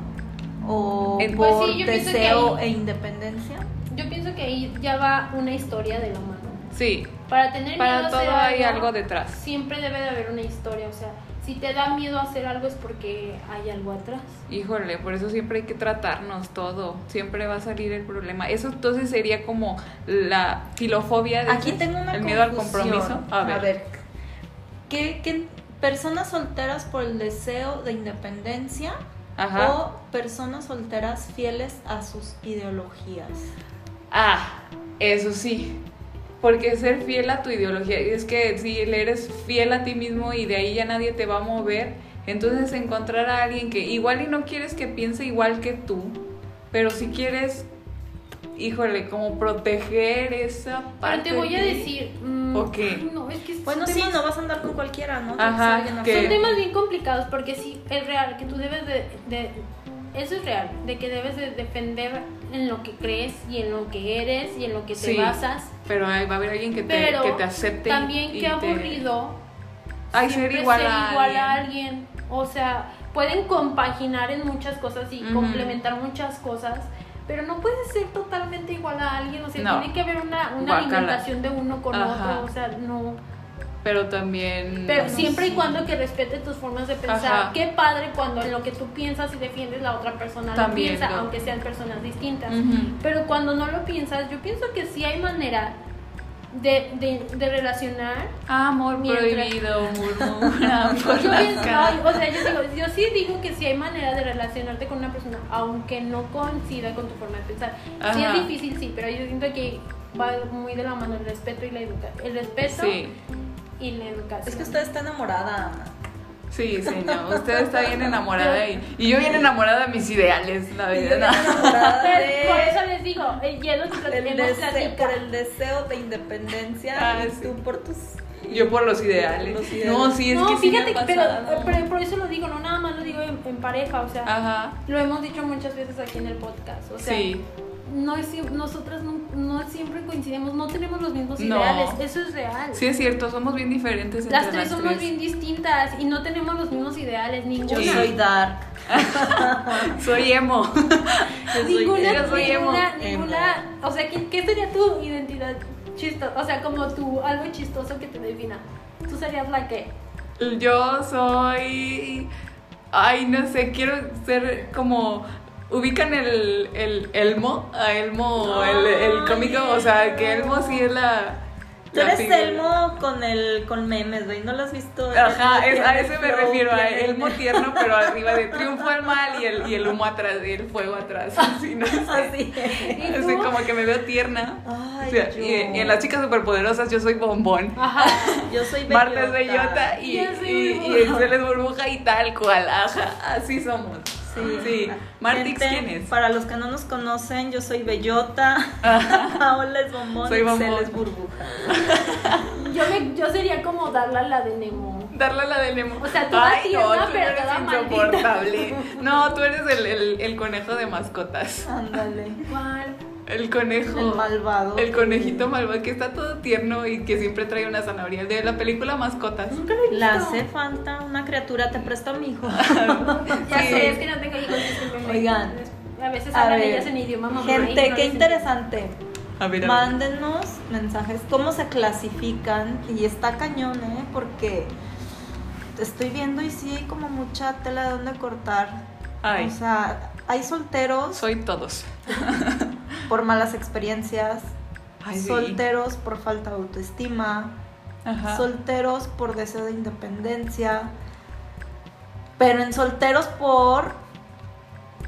S3: o
S1: En-
S3: por
S2: Pues sí, yo pienso que
S3: deseo
S2: ahí-
S3: e independencia.
S2: yo pienso que ahí ya va una historia de la mano
S1: Sí,
S2: para tener miedo
S1: para
S2: a
S1: todo
S2: hacer
S1: hay
S2: algo,
S1: algo detrás.
S2: siempre debe de haber una historia o sea si te da miedo hacer algo es porque hay algo atrás
S1: Híjole, por eso siempre hay que tratarnos todo, siempre va a salir el problema. Eso entonces sería como la filofobia de
S3: Aquí tengo una
S1: el miedo al
S3: confusión.
S1: compromiso. A ver.
S3: ¿qué, qué, personas solteras por el deseo de independencia
S1: Ajá.
S3: o personas solteras fieles a sus ideologías.
S1: Ah, eso sí. Porque ser fiel a tu ideología, es que si le eres fiel a ti mismo y de ahí ya nadie te va a mover, entonces encontrar a alguien que igual y no quieres que piense igual que tú, pero si quieres, híjole, como proteger esa parte.
S2: Pero te voy a
S1: de ti.
S2: decir. mm,
S1: ¿O qué?
S2: ay, No, es que
S3: Bueno,
S2: son
S3: sí,
S2: temas-
S3: no vas a andar con cualquiera, ¿no?
S1: Ajá,
S3: Tienes a alguien
S1: que-
S2: Son
S3: afín.
S2: temas bien complicados porque sí, es real, que tú debes de, de- Eso es real, de que debes de defender en lo que crees y en lo que eres y en lo que te
S1: Sí.
S2: basas.
S1: Pero ahí va a haber alguien que te,
S2: Pero
S1: que te acepte. y-
S2: También
S1: y te-
S2: qué aburrido
S1: Ay,
S2: siempre
S1: ser igual, a, alguien.
S2: alguien. O sea, pueden compaginar en muchas cosas y
S1: Ujú.
S2: complementar muchas cosas, pero no puedes ser totalmente igual a alguien. O sea,
S1: No.
S2: tiene que haber una,
S1: Guácala.
S2: una alimentación de uno con
S1: Ajá.
S2: otro. O sea, no.
S1: Pero también.
S2: Pero
S1: no
S2: siempre
S1: sé.
S2: y cuando que respete tus formas de pensar.
S1: Ajá.
S2: Qué padre cuando en lo que tú piensas y defiendes la otra persona
S1: También,
S2: lo piensa,
S1: ¿no?
S2: aunque sean personas distintas.
S1: Ujú.
S2: Pero cuando no lo piensas, yo pienso que sí hay manera de, de- de relacionar.
S1: Amor
S2: Mientras-
S1: prohibido, murmura por
S2: Yo
S1: las
S2: pienso,
S1: calles.
S2: ay, o sea, yo digo, yo sí digo que sí hay manera de relacionarte con una persona, aunque no coincida con tu forma de pensar. Sí
S1: Ajá.
S2: es difícil, sí, pero yo siento que va muy de la mano el respeto y la educación. El respeto
S1: Sí,
S2: y la educación.
S3: Es que usted está enamorada, Ana.
S1: sí, señor. Usted está bien enamorada y, y yo bien enamorada de mis ideales, la
S3: Y yo
S1: verdad.
S3: estoy enamorada
S2: Ah, Pero por
S3: de-
S2: eso les digo, eh, ya los plat-
S3: el
S2: hemos
S3: dese- por
S2: platicado.
S3: el deseo de independencia
S1: Ah,
S3: y
S1: sí.
S3: tú por tus
S1: Yo por los ideales.
S3: Los ideales.
S1: No, sí, es
S2: no,
S1: que sí me
S2: fíjate,
S1: ha
S2: que- pero,
S1: pasado. Ah.
S2: pero por eso lo digo, no nada más lo digo en, en pareja, o sea,
S1: Ajá.
S2: lo hemos dicho muchas veces aquí en el podcast, o sea,
S1: sí,
S2: no es, sie- nosotras no, no siempre coincidimos, no tenemos los mismos
S1: No.
S2: ideales, eso es real.
S1: sí es cierto, somos bien diferentes entre
S2: las tres somos bien distintas y no tenemos los mismos ideales, ninguna.
S3: yo
S1: Sí.
S3: soy dark
S1: Soy emo.
S3: yo soy-
S2: ninguna,
S1: yo soy emo.
S2: ninguna,
S3: Emo.
S2: ninguna, o sea, ¿qué, qué sería tu identidad chistosa? O sea, como tu algo chistoso que te defina. ¿Tú serías la que?
S1: Yo soy. Ay, no sé, quiero ser como. ¿Ubican el, el Elmo? A Elmo, el, el cómico. O sea, que Elmo sí es la.
S3: Tú
S1: la
S3: eres
S1: figura.
S3: Elmo con el con memes, güey, no lo has visto.
S1: Ajá,
S3: Elmo
S1: es- a
S3: tiene
S1: ese me
S3: flow,
S1: refiero, a
S3: tiene-
S1: Elmo tierno, pero arriba de triunfo al mal y el, y el humo atrás, y el fuego atrás. Así, no sé.
S3: Así.
S2: ¿Y
S1: Así
S2: tú?
S1: como que me veo tierna.
S3: Ay,
S1: O sea,
S3: yo.
S1: y, y en las chicas superpoderosas yo soy bombón.
S2: Ajá.
S3: Yo soy bellota.
S1: Marta es bellota y,
S2: Yo soy
S1: y, y
S2: burbuja.
S1: Excel es burbuja y tal cual. Ajá, así somos.
S3: Sí.
S1: Sí. Martix,
S3: Gente,
S1: ¿quién es?
S3: Para los que no nos conocen, yo soy bellota. Paola es bombón.
S1: Soy
S3: y
S1: bombón.
S3: Excel es burbuja.
S2: Yo, me- yo sería como darla la de Nemo.
S1: Darle la del emo.
S2: O sea, toda tierna,
S1: tú
S2: pero
S1: eres
S2: toda maldita.
S1: insoportable. No, tú eres el, el- el conejo de mascotas.
S3: Ándale.
S2: ¿Cuál?
S1: El conejo.
S3: El malvado.
S1: Oh, El conejito malvado que está todo tierno y que siempre trae una zanahoria. El de la película Mascotas.
S3: La hace falta una criatura, te presto a mi hijo.
S2: Ya
S1: Sí.
S2: sé, es que no tengo hijos. discúlpenme.
S3: Oigan.
S2: A veces
S3: A
S2: hablan
S3: ver,
S2: ellas en idioma mamá.
S3: Gente, qué interesante.
S1: A ver, a ver.
S3: Mándenos mensajes, cómo se clasifican. Y está cañón, ¿eh? Porque estoy viendo y sí hay como mucha tela de dónde cortar.
S1: Ay,
S3: O sea, hay solteros
S1: soy todos.
S3: por malas experiencias,
S1: Ay, sí.
S3: solteros por falta de autoestima,
S1: Ajá.
S3: solteros por deseo de independencia, pero en solteros por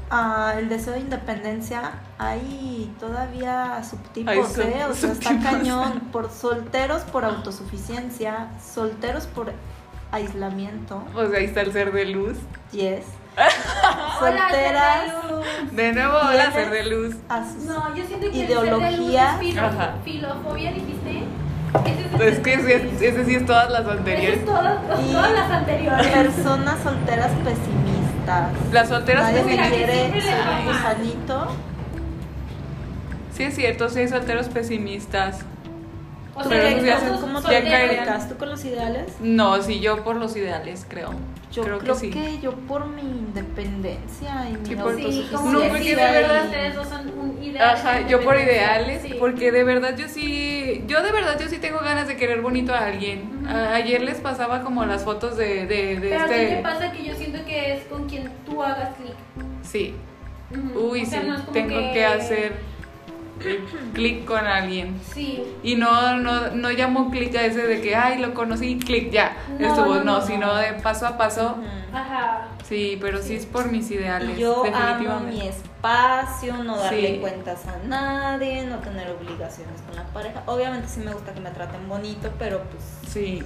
S3: ah, el deseo de independencia hay todavía subtipos,
S1: Hay sub-
S3: ¿eh? O sea, está
S1: subtipos.
S3: cañón. Por solteros por autosuficiencia, solteros por aislamiento,
S1: Pues ahí está el ser de luz.
S3: yes.
S2: Solteras.
S3: Solteras
S1: De nuevo, hola,
S3: ¿Tienes?
S1: ser de luz.
S3: a sus
S2: No, yo siento que
S3: Ideología.
S2: El ser de luz es filo-
S1: Ajá.
S2: filofobia, dijiste.
S1: Pues Es que ese, ese sí es todas las
S2: Ese
S1: anteriores.
S2: es todo-
S3: Y-
S2: todas las anteriores.
S3: Personas solteras pesimistas.
S1: Las solteras
S3: Nadie
S2: Mira,
S3: me
S2: que
S1: pesimistas.
S2: siempre
S3: quiere
S2: le
S3: ser
S2: va
S3: un
S2: mal.
S3: gusanito.
S1: Sí, es cierto, sí hay solteros pesimistas.
S2: O
S3: ¿Tú
S1: Pero
S3: qué
S1: no
S2: sea,
S1: sé
S3: crees?
S1: hacer
S2: todos
S3: ¿Cómo
S1: ya
S3: te
S2: solteros.
S1: caería.
S3: identificas? ¿Tú con los ideales?
S1: No, sí, yo por los ideales, creo.
S3: Yo creo,
S1: que sí.
S3: yo por mi independencia y mi
S1: Sí, por-
S2: Sí,
S3: autosuficiencia.
S2: como
S1: No, pues
S2: que
S1: porque
S2: sí,
S1: de verdad-
S2: ustedes dos son un ideal.
S1: Ajá, yo por ideales,
S2: Sí.
S1: porque de verdad yo sí, yo de verdad yo sí tengo ganas de querer bonito a alguien.
S2: Ujú.
S1: A- ayer les pasaba como las fotos de, de, de
S2: Pero ¿qué te
S1: este...
S2: pasa? Que yo siento que es con quien tú hagas clic.
S1: Sí,
S2: Ujú.
S1: uy,
S2: O sea,
S1: sí,
S2: no es como
S1: tengo que... hacer... clic con alguien.
S2: Sí.
S1: Y no, no, no llamo clic a ese de que, ay, lo conocí, clic, ya,
S2: No,
S1: estuvo.
S2: no,
S1: No,
S2: no,
S1: sino
S2: no.
S1: de paso a paso.
S3: Ujú.
S2: Ajá.
S1: Sí, pero sí es por mis ideales,
S3: Yo amo mi
S1: definitivamente.
S3: espacio, no darle
S1: Sí.
S3: cuentas a nadie, no tener obligaciones con la pareja. Obviamente sí me gusta que me traten bonito, pero pues
S1: Sí,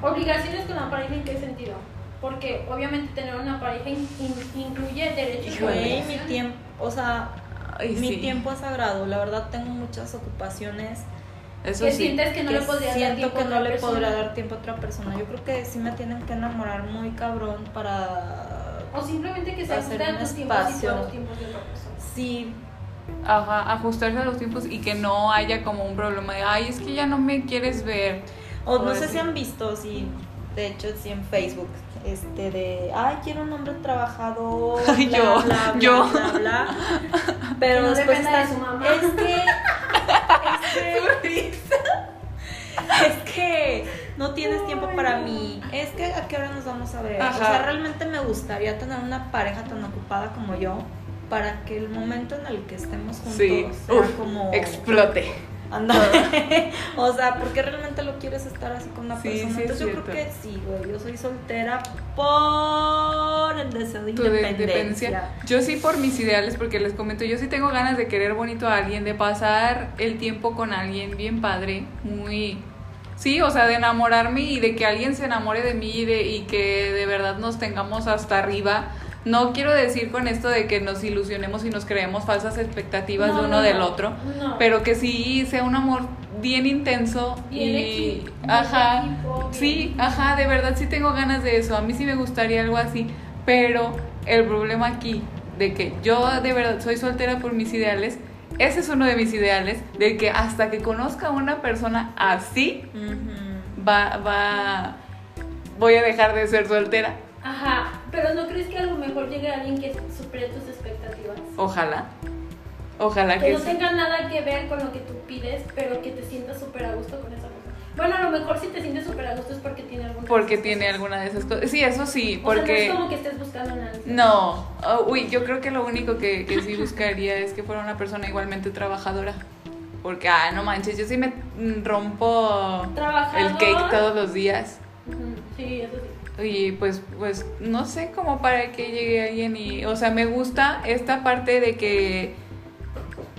S2: Obligaciones con la pareja en qué sentido? Porque obviamente tener una pareja in- in- incluye derechos y
S1: Híjole.
S3: güey, mi
S2: obligaciones.
S3: tiempo, o sea,
S1: Ay,
S3: mi
S1: sí.
S3: tiempo es sagrado. La verdad tengo muchas ocupaciones
S1: eso
S2: Que
S1: sí.
S2: sientes que no
S3: que
S2: le podrías dar
S3: siento
S2: tiempo
S3: que
S2: a
S3: no
S2: otra
S3: le
S2: persona.
S3: podrá dar tiempo a otra persona. Yo creo que sí me tienen que enamorar muy cabrón para
S2: O simplemente que se
S3: Hacer
S2: ajustan
S3: un
S2: tus tiempos y
S3: espacio.
S2: con los tiempos de otra persona.
S3: sí
S1: Ajá, ajustarse a los tiempos y que no haya como un problema de, ay, es que ya no me quieres ver.
S3: O no
S1: Ahora
S3: sé
S1: sí.
S3: si han visto, si de hecho sí en Facebook, este de, ay, quiero un hombre trabajador,
S1: Ay,
S3: bla,
S1: yo,
S3: bla, bla,
S1: yo.
S3: bla, bla. Pero
S2: Que no
S3: después
S2: dependa de
S3: estás,
S2: su mamá.
S3: es que, es que, es que no tienes tiempo para mí, es que a qué hora nos vamos a ver. O
S1: Ajá.
S3: sea, realmente me gustaría tener una pareja tan ocupada como yo para que el momento en el que estemos juntos
S1: Sí,
S3: sea
S1: uf,
S3: como
S1: Explote.
S3: Anda. o sea, porque realmente lo quieres estar así con una
S1: Sí,
S3: persona.
S1: sí, es
S3: Entonces yo creo
S1: cierto.
S3: que sí, güey. Yo soy soltera por el deseo de
S1: Tu de- dependencia.
S3: independencia.
S1: Yo sí por mis ideales, porque les comento, yo sí tengo ganas de querer bonito a alguien, de pasar el tiempo con alguien bien padre, muy... Sí, o sea, de enamorarme y de que alguien se enamore de mí y, de, y que de verdad nos tengamos hasta arriba. No quiero decir con esto de que nos ilusionemos y nos creemos falsas expectativas
S2: No,
S1: de uno
S2: no,
S1: del
S2: no.
S1: otro,
S2: No.
S1: pero que sí sea un amor bien intenso
S2: Bien
S1: y
S2: equi- bien
S1: ajá
S2: equipo,
S1: sí
S2: bien-
S1: ajá de verdad sí tengo ganas de eso a mí sí me gustaría algo así pero el problema aquí de que yo de verdad soy soltera por mis ideales ese es uno de mis ideales de que hasta que conozca a una persona así
S3: Ujú.
S1: va va voy a dejar de ser soltera
S2: Ajá, pero ¿no crees que a lo mejor llegue alguien que supere tus expectativas?
S1: ojalá ojalá
S2: Que
S1: que
S2: no
S1: sí
S2: tenga nada que ver con lo que tú pides, pero que te sientas súper a gusto con esa persona. Bueno, a lo mejor si te sientes súper a gusto es porque tiene alguna
S1: porque tiene alguna de esas cosas sí eso sí
S2: O sea, no
S1: porque
S2: es como que estés buscando a alguien.
S1: No, Oh, uy, yo creo que lo único que, que sí buscaría es que fuera una persona igualmente trabajadora. Porque, ah, no manches, yo sí me mm, rompo el
S2: Trabajador.
S1: cake todos los días.
S2: Ujú, Sí, eso sí.
S1: Y pues, pues, no sé cómo para que llegue alguien y, o sea, me gusta esta parte de que,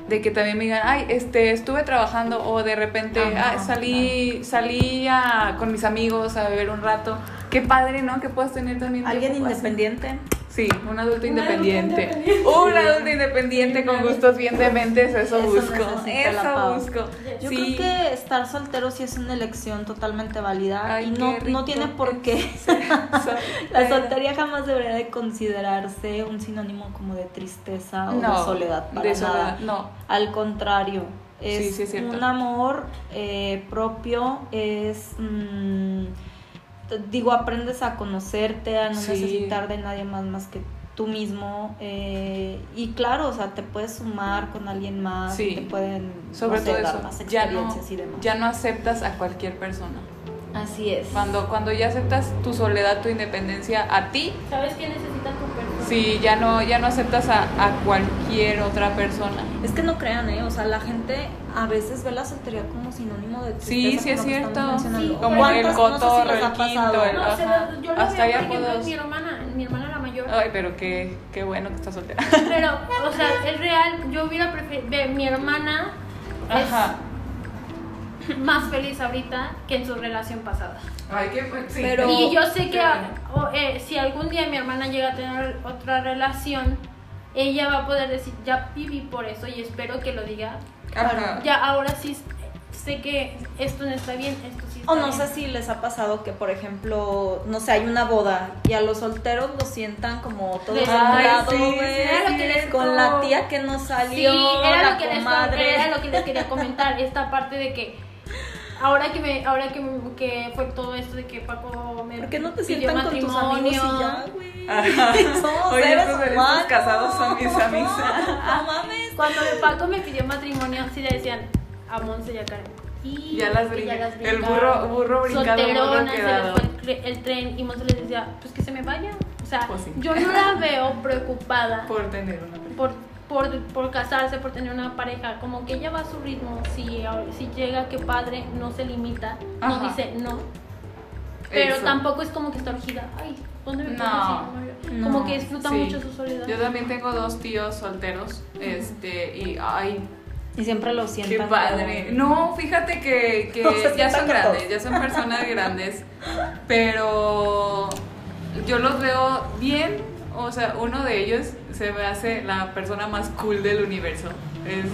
S1: de que también me digan, ay, este, estuve trabajando o de repente,
S3: Ajá,
S1: "Ah, salí, salí a- con mis amigos a beber un rato. Qué padre, ¿no? Que puedas tener también
S3: Alguien
S1: tiempo así.
S3: independiente.
S1: Sí, un adulto
S2: Un adulto
S1: independiente.
S2: independiente.
S1: Un adulto independiente con gustos bien dementes, eso,
S3: Eso
S1: busco.
S3: necesita la
S1: Eso
S3: Pau.
S1: busco.
S3: Yo
S1: Sí.
S3: creo que estar soltero sí es una elección totalmente válida
S1: Ay,
S3: y no,
S1: qué
S3: no tiene
S1: rico
S3: por qué. La
S1: Soltera.
S3: soltería jamás debería de considerarse un sinónimo como de tristeza o de soledad para
S1: de soledad,
S3: nada.
S1: No,
S3: Al contrario, es,
S1: Sí, sí, es cierto.
S3: un amor eh, propio, es... mm, t- digo, aprendes a conocerte, a no
S1: Sí.
S3: necesitar de nadie más más que tú mismo. eh, y claro, o sea, te puedes sumar con alguien más,
S1: Sí.
S3: te pueden
S1: sobre
S3: no sé,
S1: todo
S3: dar
S1: eso.
S3: más
S1: Ya no,
S3: experiencias y demás.
S1: ya no aceptas a cualquier persona.
S3: Así es.
S1: Cuando, cuando ya aceptas tu soledad, tu independencia a ti,
S2: ¿Sabes qué necesita tu persona?
S1: sí, ya no, ya no aceptas a, a cualquier otra persona.
S3: Es que no crean, ¿eh? O sea, la gente a veces ve la soltería como sinónimo de tristeza.
S1: Sí, sí
S3: como
S1: es
S3: lo que estamos
S1: cierto.
S3: mencionando.
S2: Sí,
S1: Como
S3: ¿Cuántas-
S1: el
S3: no sé si
S1: cotorro,
S3: les ha
S1: el quinto,
S3: pasado?
S1: el-
S2: No, o sea,
S1: ajá.
S2: yo lo
S1: Hasta
S2: veo,
S1: ya
S2: por ejemplo, en
S1: puedo.
S2: mi hermana, en mi hermana la mayor.
S1: Ay, pero qué, qué bueno que estás soltera.
S2: Pero, o sea, es real, yo hubiera preferido, mi hermana es
S1: Ajá.
S2: más feliz ahorita que en su relación pasada.
S1: Ay, qué bueno. sí.
S3: Pero-
S2: y yo sé que
S1: Qué
S2: a-
S1: bueno.
S2: o, eh, si algún día mi hermana llega a tener otra relación, ella va a poder decir, ya viví por eso y espero que lo diga.
S1: Ajá.
S2: Ya ahora sí sé que esto no está bien, esto sí está
S3: O no
S2: bien.
S3: sé si les ha pasado que, por ejemplo, no sé, hay una boda y a los solteros lo sientan como todos
S2: Ay,
S3: entrados,
S1: sí,
S3: güey,
S1: era lo que les-
S3: con la tía que no
S2: Sí,
S3: salió,
S2: era
S3: la
S2: lo, que les,
S3: comadre.
S2: era lo que les quería comentar, esta parte de que ahora que me, ahora que, me- que fue todo esto de que Paco me
S3: ¿Por qué no te
S2: pidió
S3: sientan con tus amigos y ya, güey? Somos
S1: Oye,
S3: seres
S1: estos- estos
S3: humanos.
S1: casados son mis amigos.
S3: No mames.
S2: Cuando Paco me pidió matrimonio, sí le decían a Monse y a Karen. Y
S1: Ya las
S2: que
S1: brinqué.
S2: brincaron.
S1: El burro- burro brincado, burro
S2: Solterona, se les
S1: quedado.
S2: fue el, cre- el tren y Monse les decía, pues que se me vaya. O sea,
S1: Pues sí.
S2: yo no la veo preocupada por,
S1: Por tener una prima.
S2: por, por, por casarse, por tener una pareja, como que ella va a su ritmo, si, si llega, qué padre, no se limita,
S1: Ajá.
S2: no dice no, pero
S1: Eso.
S2: tampoco es como que está urgida, ay, ¿dónde me
S1: No.
S2: puedo conseguir un novio?
S3: No,
S2: Como que disfruta
S1: sí.
S2: mucho su soledad.
S1: Yo también tengo dos tíos solteros, este, y ay,
S3: Y siempre lo siento.
S1: qué padre. No, fíjate que, que
S3: No se
S1: ya
S3: sientan
S1: son
S3: con
S1: grandes,
S3: todos.
S1: ya son personas grandes, pero yo los veo bien, o sea, uno de ellos se me hace la persona más cool del universo. Es,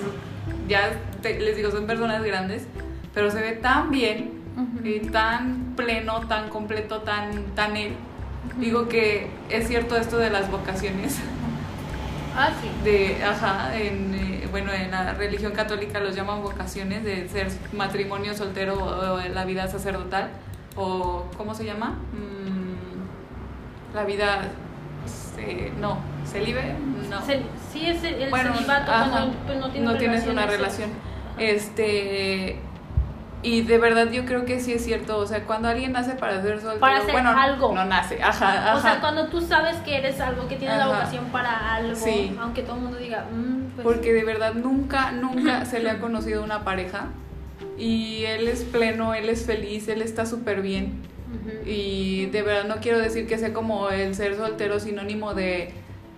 S1: ya te- les digo, son personas grandes, pero se ve tan bien
S2: Ujú.
S1: y eh, tan pleno, tan completo, tan, tan él. Digo que es cierto esto de las vocaciones,
S2: Ah, sí.
S1: de, ajá, en, eh, bueno, en la religión católica los llaman vocaciones, de ser matrimonio soltero o, o en la vida sacerdotal, o ¿cómo se llama? Mm, la vida, ce- no, celibe, no.
S2: Cel- sí, es el, el
S1: Bueno,
S2: celibato
S1: ajá,
S2: cuando pues, no, tienes
S1: no tienes una relación.
S2: relaciones.
S1: Este. Y de verdad yo creo que sí es cierto. O sea, cuando alguien nace para ser soltero.
S2: Para hacer
S1: bueno,
S2: algo.
S1: No nace. Ajá, ajá.
S2: O sea, cuando tú sabes que eres algo, que tienes la
S1: Ajá. vocación
S2: vocación para algo,
S1: Sí.
S2: aunque todo el mundo diga, pues.
S1: Porque de verdad nunca, nunca se le ha conocido una pareja. Y él es pleno, él es feliz, él está súper bien. Y de verdad no quiero decir que sea como el ser soltero sinónimo de,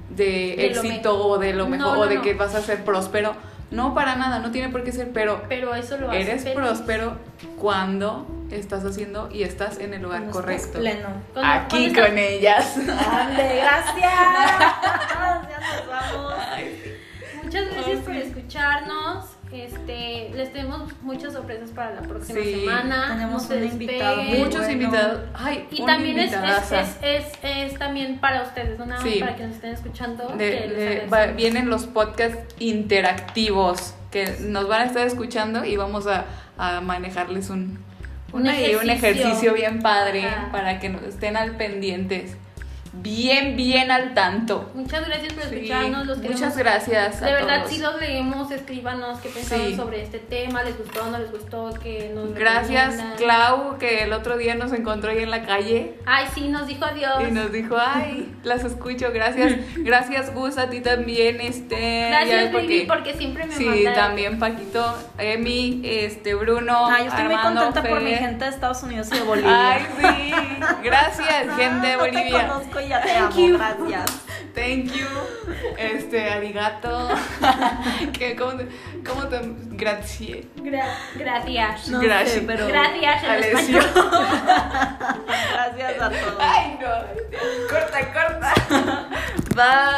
S1: de
S2: De lo
S1: éxito o de lo
S2: No,
S1: mejor
S2: no,
S1: o de
S2: no.
S1: que vas a ser próspero. No, para nada, no tiene por qué ser, pero
S2: Pero eso lo hace
S1: Eres
S2: feliz.
S1: próspero cuando estás haciendo y estás en el lugar correcto.
S3: este Pleno.
S2: Cuando-
S1: Aquí
S2: cuando
S1: con ellas.
S3: Ande, gracias.
S2: Ah,
S3: Gracias, nos vamos.
S2: estás- Muchas gracias por escucharnos. Este, les tenemos muchas sorpresas para la próxima
S1: Sí.
S2: semana.
S3: Tenemos
S2: No se
S3: un invitado
S2: despeguen.
S3: muy
S1: Muchos
S3: bueno.
S1: invitados. Ay,
S2: Y
S1: una
S2: también es, es,
S1: invitadaza.
S2: es, es- es también para ustedes, no nada más
S1: Sí.
S2: para que nos estén escuchando.
S1: De-
S2: que les
S1: de-
S2: agradecemos.
S1: va- vienen los podcasts interactivos que nos van a estar escuchando y vamos a, a manejarles un,
S2: Un
S1: un, ahí, un
S2: ejercicio.
S1: ejercicio bien padre
S2: Ajá.
S1: para que nos estén al pendientes. Bien, bien al tanto.
S2: Muchas gracias por
S1: Sí,
S2: escucharnos. Los queremos
S1: Muchas gracias. a
S2: De verdad,
S1: todos.
S2: si los leemos, escríbanos qué pensaron
S1: Sí.
S2: sobre este tema, les gustó, no les gustó, que nos lo
S1: Gracias,
S2: recomiendan.
S1: Clau, que el otro día nos encontró ahí en la calle
S2: Ay, sí, nos dijo adiós.
S1: y nos dijo, ay, las escucho, gracias. Gracias, Gus, a ti también, este. ya
S2: Gracias,
S1: ves por
S2: Vivi,
S1: qué.
S2: porque siempre me
S1: Sí,
S2: manda-
S1: también Paquito, Emi, este, Bruno,
S3: Ah, yo estoy muy
S1: Armando,
S3: contenta por mi
S1: Fer.
S3: gente de Estados Unidos y de Bolivia.
S1: Ay, sí. Gracias, gente de
S3: Ah, No te
S1: Bolivia.
S3: conozco y ya te
S2: Thank
S3: amo.
S2: you.
S3: Gracias.
S1: Thank you. Este, arigato. ¿Qué, cómo, te, ¿Cómo te.? Grazie.
S2: Gra- gracias.
S3: No
S1: Gracias.
S3: sé, pero
S2: Gracias. en
S1: Alessio.
S3: gracias a todos.
S1: Ay, no. Corta, corta. Bye.